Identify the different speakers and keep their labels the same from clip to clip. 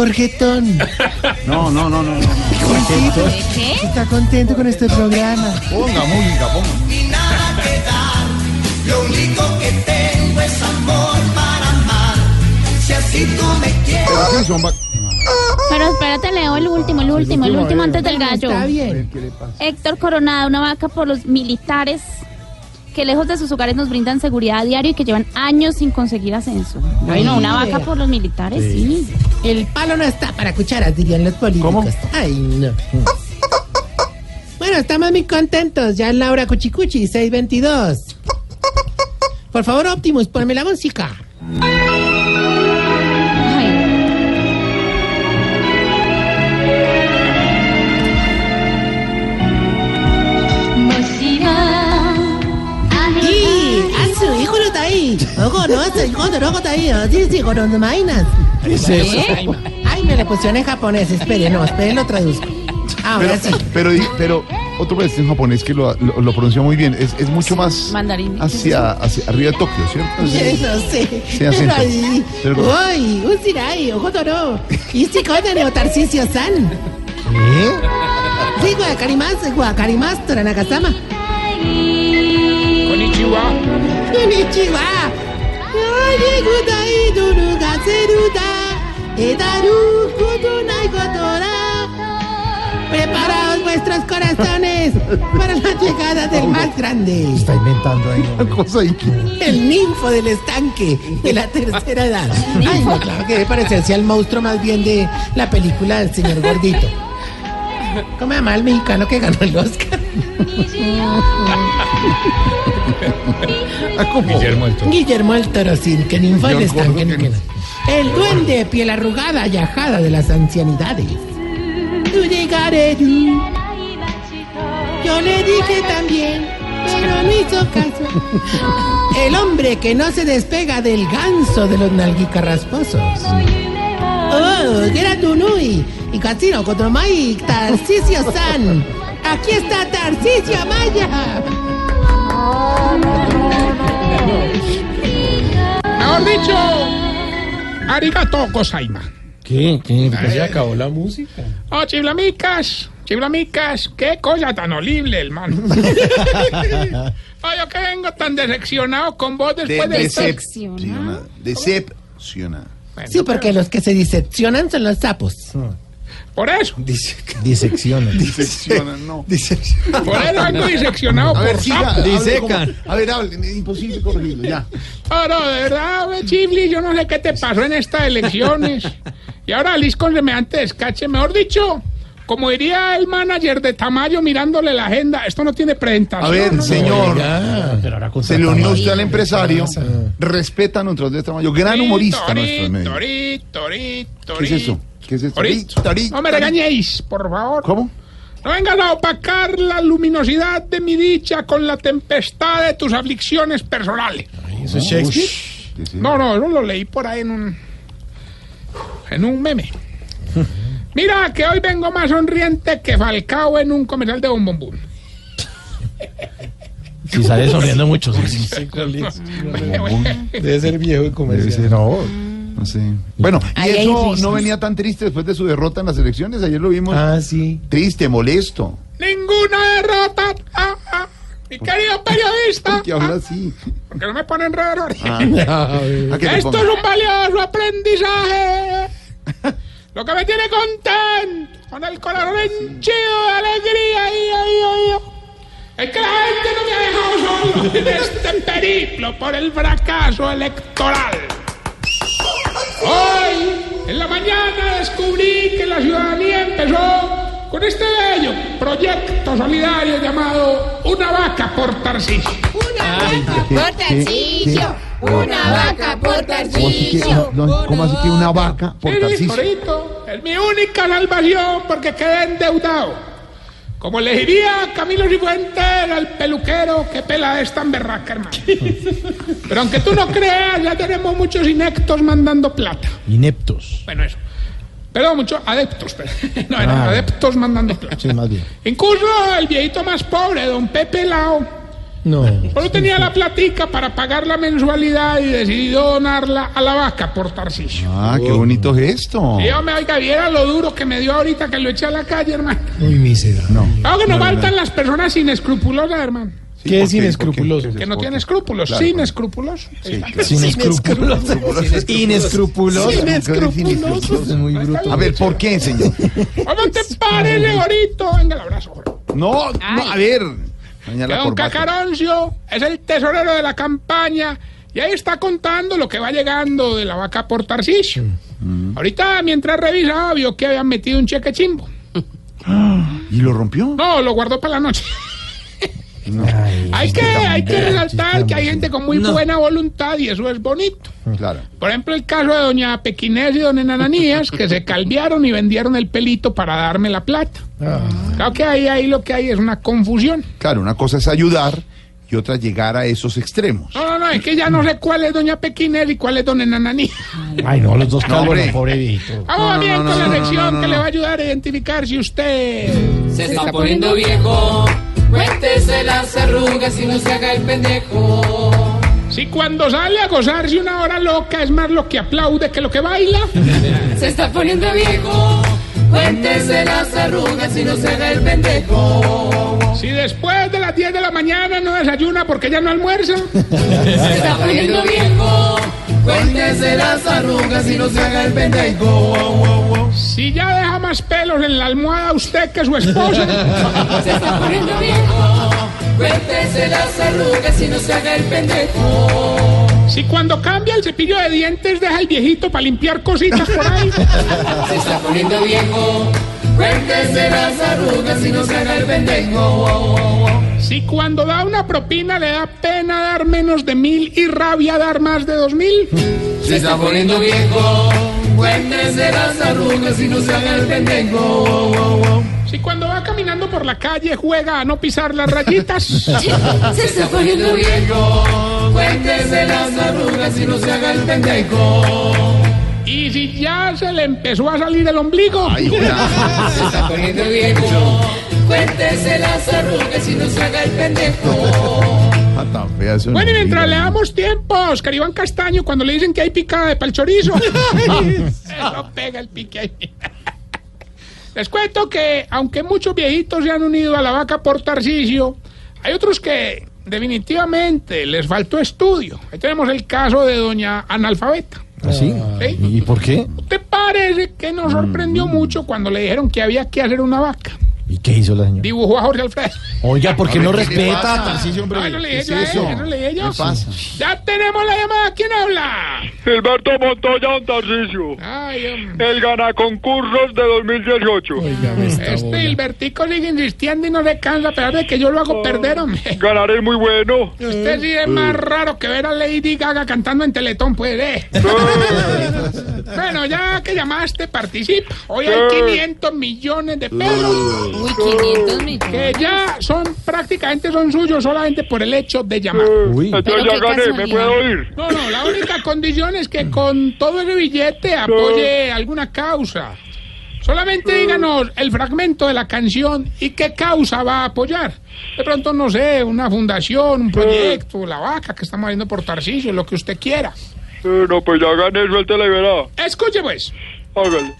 Speaker 1: Jorgetón.
Speaker 2: No, no, no, no, no. no.
Speaker 1: Jorgetón.
Speaker 3: ¿Qué?
Speaker 1: Está contento con este programa.
Speaker 2: Ponga música, ponga. música.
Speaker 4: Lo único que tengo es amor para amar. Si así tú me quieres.
Speaker 2: Pero aquí son va-
Speaker 3: Pero espérate, leo el último, el último, Este el último antes del gallo.
Speaker 1: Está bien.
Speaker 2: ¿Qué le pasa?
Speaker 3: Héctor Coronado, una vaca por los militares que lejos de sus hogares nos brindan seguridad a diario y que llevan años sin conseguir ascenso. Bueno, una vaca por los militares, sí.
Speaker 1: El palo no está para cucharas, dirían los políticos.
Speaker 2: ¿Cómo?
Speaker 1: Ay, no. Bueno, estamos muy contentos. Ya es la hora Cuchicuchi, 622. Por favor, Optimus, ponme la música.
Speaker 3: Ay,
Speaker 1: Y Atsu, hijo no está ahí. Ojo, no, se- ojo, no, ojo, está ahí. Ah, Sí, sí, ojo, no, no mainas. ¿Eh?
Speaker 3: ¿qué?
Speaker 1: Ay, me le pusieron en japonés. Espere, no, espere, lo traduzco. Ahora
Speaker 5: Pero,
Speaker 1: Ah, sí.
Speaker 5: pero, di- pero otro país en japonés que lo, lo, lo pronuncia muy bien. Es, es mucho más
Speaker 3: mandarín.
Speaker 5: hacia, hacia arriba de Tokio, ¿cierto?
Speaker 1: Sí, No sé.
Speaker 5: Sí,
Speaker 1: Pero
Speaker 5: acento.
Speaker 1: ahí.
Speaker 5: Pero-
Speaker 1: Uy, un sirai, ojo no. Y si coño o Tarcisio San. Sí, guacarimas, guacarimas, Toranakasama. Konnichiwa. Ay, gudai, duru, gaceruda. Edaru, kutunai, gotora. Preparaos vuestros corazones para la llegada del más grande.
Speaker 5: Una cosa ahí que-
Speaker 1: El ninfo del estanque de la tercera edad. Ay, no, claro que debe parecerse al monstruo más bien de la película del señor gordito. ¿Cómo se llama el mexicano que ganó el Oscar?
Speaker 5: Ah, ¿cómo?
Speaker 2: Guillermo del Toro.
Speaker 1: Guillermo el Torocín, que ninfo del
Speaker 5: Yo gordo
Speaker 1: estanque.
Speaker 5: que
Speaker 1: ni que
Speaker 5: no.
Speaker 1: nada. El duende, piel arrugada y ajada de las ancianidades. Tú llegaré, tú. Yo le dije también, pero no hizo caso. El hombre que no se despega del ganso de los nalguicarrasposos. Oh, Gratunui y Casino Cotomay y Tarcicio San. Aquí está Tarcicio Maya.
Speaker 6: Mejor dicho, arigato gozaima.
Speaker 7: ¿Qué? ¿Qué? Pues se acabó la música.
Speaker 6: Oh, chiblamicas, chiblamicas, qué cosa tan horrible, hermano. Ay, yo que vengo tan decepcionado con vos después de, esto.
Speaker 5: Decepciona. Decepciona.
Speaker 1: Sí, porque los que se diseccionan son los sapos.
Speaker 6: Por eso,
Speaker 7: Disecciona.
Speaker 5: Decepciona, no.
Speaker 6: por eso vengo diseccionado
Speaker 5: A ver,
Speaker 6: por
Speaker 5: siga.
Speaker 6: sapo.
Speaker 5: hable
Speaker 7: Disecan.
Speaker 5: como- A ver, hable. es Imposible corregirlo, ya.
Speaker 6: Ah, no, de verdad, ve, Chibli, yo no sé qué te pasó en estas elecciones. Y ahora Liz con semejante descache, mejor dicho, como diría el manager de Tamayo mirándole la agenda, esto no tiene presentación.
Speaker 5: A ver,
Speaker 6: ¿no?
Speaker 5: señor.
Speaker 7: Pero ahora con
Speaker 5: Se le unió usted al empresario. Respeta nuestros de tamaño. Gran humorista nuestro.
Speaker 6: Torito,
Speaker 5: medio.
Speaker 6: torito, torito,
Speaker 5: ¿Qué es eso? ¿Qué es eso?
Speaker 6: Torito.
Speaker 5: Torito.
Speaker 6: No me regañéis, por favor.
Speaker 5: ¿Cómo?
Speaker 6: No vengan a opacar la luminosidad de mi dicha con la tempestad de tus aflicciones personales.
Speaker 7: ¿Eso es Shakespeare?
Speaker 6: No, no, no lo leí por ahí en un. en un meme. Mira, que hoy vengo más sonriente que Falcao en un comercial de Bombombum.
Speaker 7: Si sale sonriendo mucho. Debe ser viejo y
Speaker 5: Debe ser, no. No sé. Bueno, y
Speaker 3: Ahí hay
Speaker 5: eso no
Speaker 3: risas.
Speaker 5: venía tan triste después de su derrota en las elecciones. Ayer lo vimos
Speaker 7: Ah, sí.
Speaker 5: triste, molesto.
Speaker 6: Ninguna derrota. ah, ah, mi querido periodista.
Speaker 5: Que ahora sí.
Speaker 6: Porque no me ponen raro.
Speaker 5: Ah, ¿a qué te
Speaker 6: Esto
Speaker 5: pongo?
Speaker 6: es un valioso aprendizaje. Lo que me tiene contento, con el corazón henchido de alegría. y- y- y- y- Es que la gente no me ha dejado solo en este periplo por el fracaso electoral. Hoy, en la mañana, descubrí que la ciudadanía empezó con este bello proyecto solidario llamado Una Vaca por Tarcisio.
Speaker 5: Una vaca por Tarcillo. ¿Cómo así que una vaca por
Speaker 6: Sí,
Speaker 5: Tarcillo?
Speaker 6: Torito, es mi única salvación porque quedé endeudado. Como le diría a Camilo Cifuentes, al peluquero, qué pela es tan berraca, hermano. Pero aunque tú no creas, ya tenemos muchos inectos mandando plata.
Speaker 7: Ineptos.
Speaker 6: Bueno, eso. Perdón, muchos adeptos, pero- no, eran adeptos mandando plata.
Speaker 7: Sí, más bien.
Speaker 6: Incluso el viejito más pobre, don Pepe Lao,
Speaker 7: No.
Speaker 6: Solo tenía la platica para pagar la mensualidad y decidió donarla a la vaca por Tarcisio.
Speaker 5: Ah, qué bonito gesto.
Speaker 6: Y yo me oiga, viera lo duro que me dio ahorita que lo eché a la calle, hermano.
Speaker 7: Muy miserable.
Speaker 5: No.
Speaker 6: Claro que nos
Speaker 5: No,
Speaker 6: faltan
Speaker 5: no.
Speaker 6: las personas sin escrupulosas, hermano.
Speaker 5: Sí,
Speaker 7: ¿Qué es
Speaker 5: ¿por
Speaker 7: inescrupuloso?
Speaker 5: ¿Por qué?
Speaker 6: Que no tienen escrúpulos,
Speaker 5: Claro,
Speaker 6: sin
Speaker 5: porque-
Speaker 6: escrúpulos.
Speaker 7: Sin escrúpulos. Inescrupuloso.
Speaker 5: Sin escrúpulos.
Speaker 7: Muy bruto.
Speaker 5: A ver, ¿por qué, señor?
Speaker 6: Vamos, te pare, Leorito. Venga, el abrazo, Jorge.
Speaker 5: No, no, a ver. Mañana
Speaker 6: Que
Speaker 5: la
Speaker 6: don
Speaker 5: corbata.
Speaker 6: Cacaroncio es el tesorero de la campaña y ahí está contando lo que va llegando de la vaca por Tarcisio.
Speaker 5: Mm.
Speaker 6: Ahorita, mientras revisaba, vio que habían metido un cheque chimbo.
Speaker 5: ¿Y lo rompió?
Speaker 6: No, lo guardó para la noche.
Speaker 7: Ay,
Speaker 6: hay que, hay que resaltar que hay gente con muy
Speaker 7: No.
Speaker 6: buena voluntad y eso es bonito.
Speaker 7: Mm.
Speaker 5: Claro.
Speaker 6: Por ejemplo, el caso de doña Pequinés y don Enananías, que se calviaron y vendieron el pelito para darme la plata. Claro que ahí, ahí lo que hay es una confusión.
Speaker 5: Claro, una cosa es ayudar y otra llegar a esos extremos.
Speaker 6: No, no, no, es que ya no sé cuál es doña Pequinés y cuál es don Enananías.
Speaker 7: Ay, no, los dos
Speaker 5: No,
Speaker 7: calvos,
Speaker 5: hombre.
Speaker 7: no, Pues pobre viejito.
Speaker 6: Vamos
Speaker 5: no,
Speaker 6: bien
Speaker 5: no,
Speaker 6: con
Speaker 5: no,
Speaker 6: la
Speaker 5: no,
Speaker 6: sección
Speaker 5: no, no,
Speaker 6: que le
Speaker 5: no.
Speaker 6: va a ayudar a identificar si usted.
Speaker 8: Se está poniendo viejo. Cuéntese las arrugas y no se haga el pendejo.
Speaker 6: Si cuando sale a gozarse una hora loca es más lo que aplaude que lo que baila.
Speaker 8: Se está poniendo viejo. Cuéntese las arrugas y no se haga el pendejo.
Speaker 6: Si después de las 10 de la mañana no desayuna porque ya no almuerza.
Speaker 8: Se está poniendo viejo. Cuéntese las arrugas y no se haga el pendejo.
Speaker 6: Si ya deja más pelos en la almohada usted que su esposa.
Speaker 8: Se está poniendo viejo. Cuéntese las arrugas y no se haga el pendejo.
Speaker 6: Si cuando cambia el cepillo de dientes deja el viejito para limpiar cositas por ahí.
Speaker 8: Se está poniendo viejo. Cuéntese las arrugas y no se haga el pendejo.
Speaker 6: Si cuando da una propina le da pena dar menos de mil y rabia dar más de dos mil.
Speaker 8: Se está poniendo viejo. Cuéntese las arrugas y no se haga el pendejo.
Speaker 6: Si cuando va caminando por la calle juega a no pisar las rayitas.
Speaker 8: Se está poniendo viejo. Cuéntese las arrugas y no se haga el pendejo.
Speaker 6: Y si ya se le empezó a salir el ombligo.
Speaker 5: Ay, hola.
Speaker 8: Se está poniendo viejo. Cuéntese las arrugas y no se haga el pendejo.
Speaker 5: Ah, tan fea esa
Speaker 6: Bueno, y mientras
Speaker 5: niña.
Speaker 6: le damos tiempo a Oscar Iván Castaño cuando le dicen que hay picada de pal chorizo. Eso pega el pique ahí. Les cuento que, aunque muchos viejitos se han unido a la vaca por Tarcisio, hay otros que definitivamente les faltó estudio. Ahí tenemos el caso de doña analfabeta.
Speaker 7: ¿Ah, sí?
Speaker 6: ¿Sí?
Speaker 7: ¿Y por qué? Mm.
Speaker 6: ¿Te parece que nos sorprendió mucho cuando le dijeron que había que hacer una vaca?
Speaker 7: ¿Y qué hizo la señora?
Speaker 6: Dibujó a Jorge Alfredo.
Speaker 7: Oiga, ¿por qué no
Speaker 5: A ver, ¿qué le
Speaker 7: respeta
Speaker 5: pasa?
Speaker 7: a Tarcisio, hombre?
Speaker 6: Ay, no le
Speaker 7: ¿Qué
Speaker 6: dije
Speaker 7: es
Speaker 6: yo a él,
Speaker 7: eso?
Speaker 6: no le dije yo.
Speaker 5: ¿Qué pasa?
Speaker 6: Ya tenemos la llamada. ¿Quién habla?
Speaker 9: Gilberto Montoya Tarcisio,
Speaker 6: Ay, hombre.
Speaker 9: el ganaconcursos de 2018.
Speaker 6: Este Gilbertico sigue insistiendo y no se cansa a pesar de que yo lo hago perder, hombre.
Speaker 9: Ganar es muy bueno.
Speaker 6: Usted sí es más raro que ver a Lady Gaga cantando en Teletón, pues, eh. Bueno, ya que llamaste, participa. Hoy hay 500 millones de pesos
Speaker 3: Uy, 500 millones.
Speaker 6: que ya son prácticamente son suyos solamente por el hecho de llamar.
Speaker 7: Uy.
Speaker 9: Entonces
Speaker 3: Pero
Speaker 9: ya
Speaker 3: qué
Speaker 9: gané,
Speaker 3: casualidad.
Speaker 9: me puedo ir.
Speaker 6: No, no, la única condición es que con todo ese billete apoye alguna causa. Solamente díganos el fragmento de la canción y qué causa va a apoyar. De pronto, no sé, una fundación, un proyecto, la vaca que estamos haciendo por Tarcillo, lo que usted quiera.
Speaker 9: Eh, no, pues ya gané, suéltela y verá.
Speaker 6: Escuche pues,
Speaker 9: Hágale.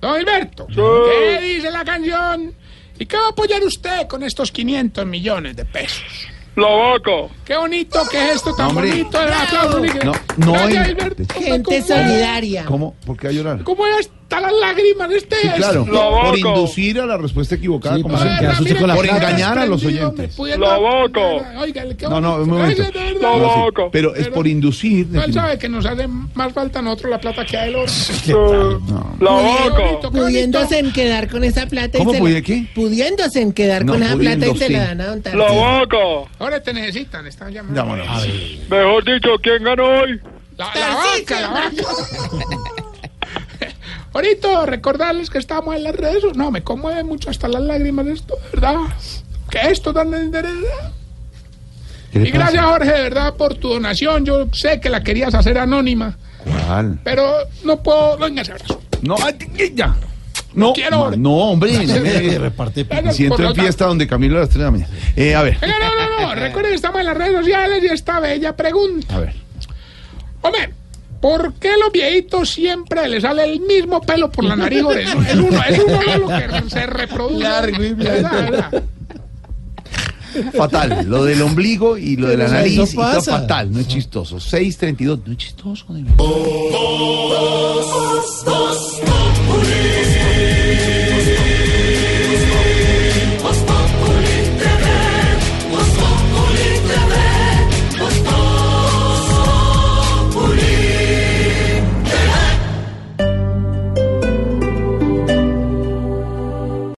Speaker 6: don Alberto, ¿qué dice la canción? ¿Y qué va a apoyar usted con estos 500 millones de pesos?
Speaker 9: La vaca.
Speaker 6: Qué bonito que es esto tan
Speaker 5: No, hombre.
Speaker 6: bonito. el aplauso.
Speaker 5: No, no
Speaker 6: Gracias,
Speaker 5: hay-
Speaker 6: Alberto.
Speaker 1: Gente
Speaker 6: ¿Cómo es?
Speaker 1: solidaria.
Speaker 5: ¿Cómo? ¿Por qué va a llorar?
Speaker 6: ¿Cómo están las lágrimas de este?
Speaker 5: Sí, claro.
Speaker 9: La
Speaker 5: Por
Speaker 9: vaca.
Speaker 5: inducir a la respuesta equivocada.
Speaker 7: Sí,
Speaker 5: como
Speaker 7: para
Speaker 5: siempre.
Speaker 7: que asuste con la
Speaker 5: por
Speaker 7: plata.
Speaker 5: engañar a los oyentes.
Speaker 9: La boca.
Speaker 5: No, no, un momento.
Speaker 9: La
Speaker 5: No, sí,
Speaker 9: vaca.
Speaker 5: Pero es por inducir.
Speaker 6: Él
Speaker 5: definitivamente.
Speaker 6: sabe que nos hace más falta a nosotros la plata que a él. hombre.
Speaker 9: Eh, La vaca.
Speaker 6: Qué bonito,
Speaker 1: Pudiéndose en quedar con esa plata.
Speaker 5: ¿Cómo
Speaker 1: y se
Speaker 5: pude
Speaker 1: la-
Speaker 5: qué?
Speaker 1: Pudiéndose en quedar
Speaker 5: No,
Speaker 1: con esa plata y se
Speaker 5: pudiéndose.
Speaker 1: la dan a don
Speaker 9: La
Speaker 1: Tarcisio.
Speaker 9: vaca.
Speaker 6: Ahora te necesitan, están llamando.
Speaker 5: Vámonos.
Speaker 9: Mejor dicho, ¿quién ganó hoy?
Speaker 6: La, la vaca, la vaca. Ahorita recordarles que estamos en las redes. so- No, me conmueve mucho hasta las lágrimas de esto, de ¿verdad? Que esto tan endereza.
Speaker 5: ¿Qué le
Speaker 6: Y gracias,
Speaker 5: pasa?
Speaker 6: Jorge, de verdad, por tu donación. Yo sé que la querías hacer anónima.
Speaker 5: ¿Cuál?
Speaker 6: Pero no puedo. Venga, ese abrazo.
Speaker 5: No, ay, ya. No,
Speaker 6: quiero.
Speaker 5: no, hombre. no me-
Speaker 7: que reparte
Speaker 6: Venga,
Speaker 5: Siento
Speaker 6: por lo
Speaker 5: en fiesta donde Camilo a las 3 de la mañana. Eh, a ver,
Speaker 6: Venga, no, no, no. Recuerden que estamos en las redes sociales y esta bella pregunta.
Speaker 5: a ver.
Speaker 6: Hombre, ¿por qué los viejitos siempre les sale el mismo pelo por la nariz? hombre? Es, es uno, es uno lo que se reproduce.
Speaker 5: Largo y blanco.
Speaker 6: Verdad, verdad.
Speaker 5: Fatal. Lo del ombligo y lo de la
Speaker 7: Pero
Speaker 5: nariz.
Speaker 7: eso
Speaker 5: y todo
Speaker 7: pasa.
Speaker 5: fatal. No es chistoso. 632. No es chistoso. de verdad.
Speaker 4: Dos, dos, dos.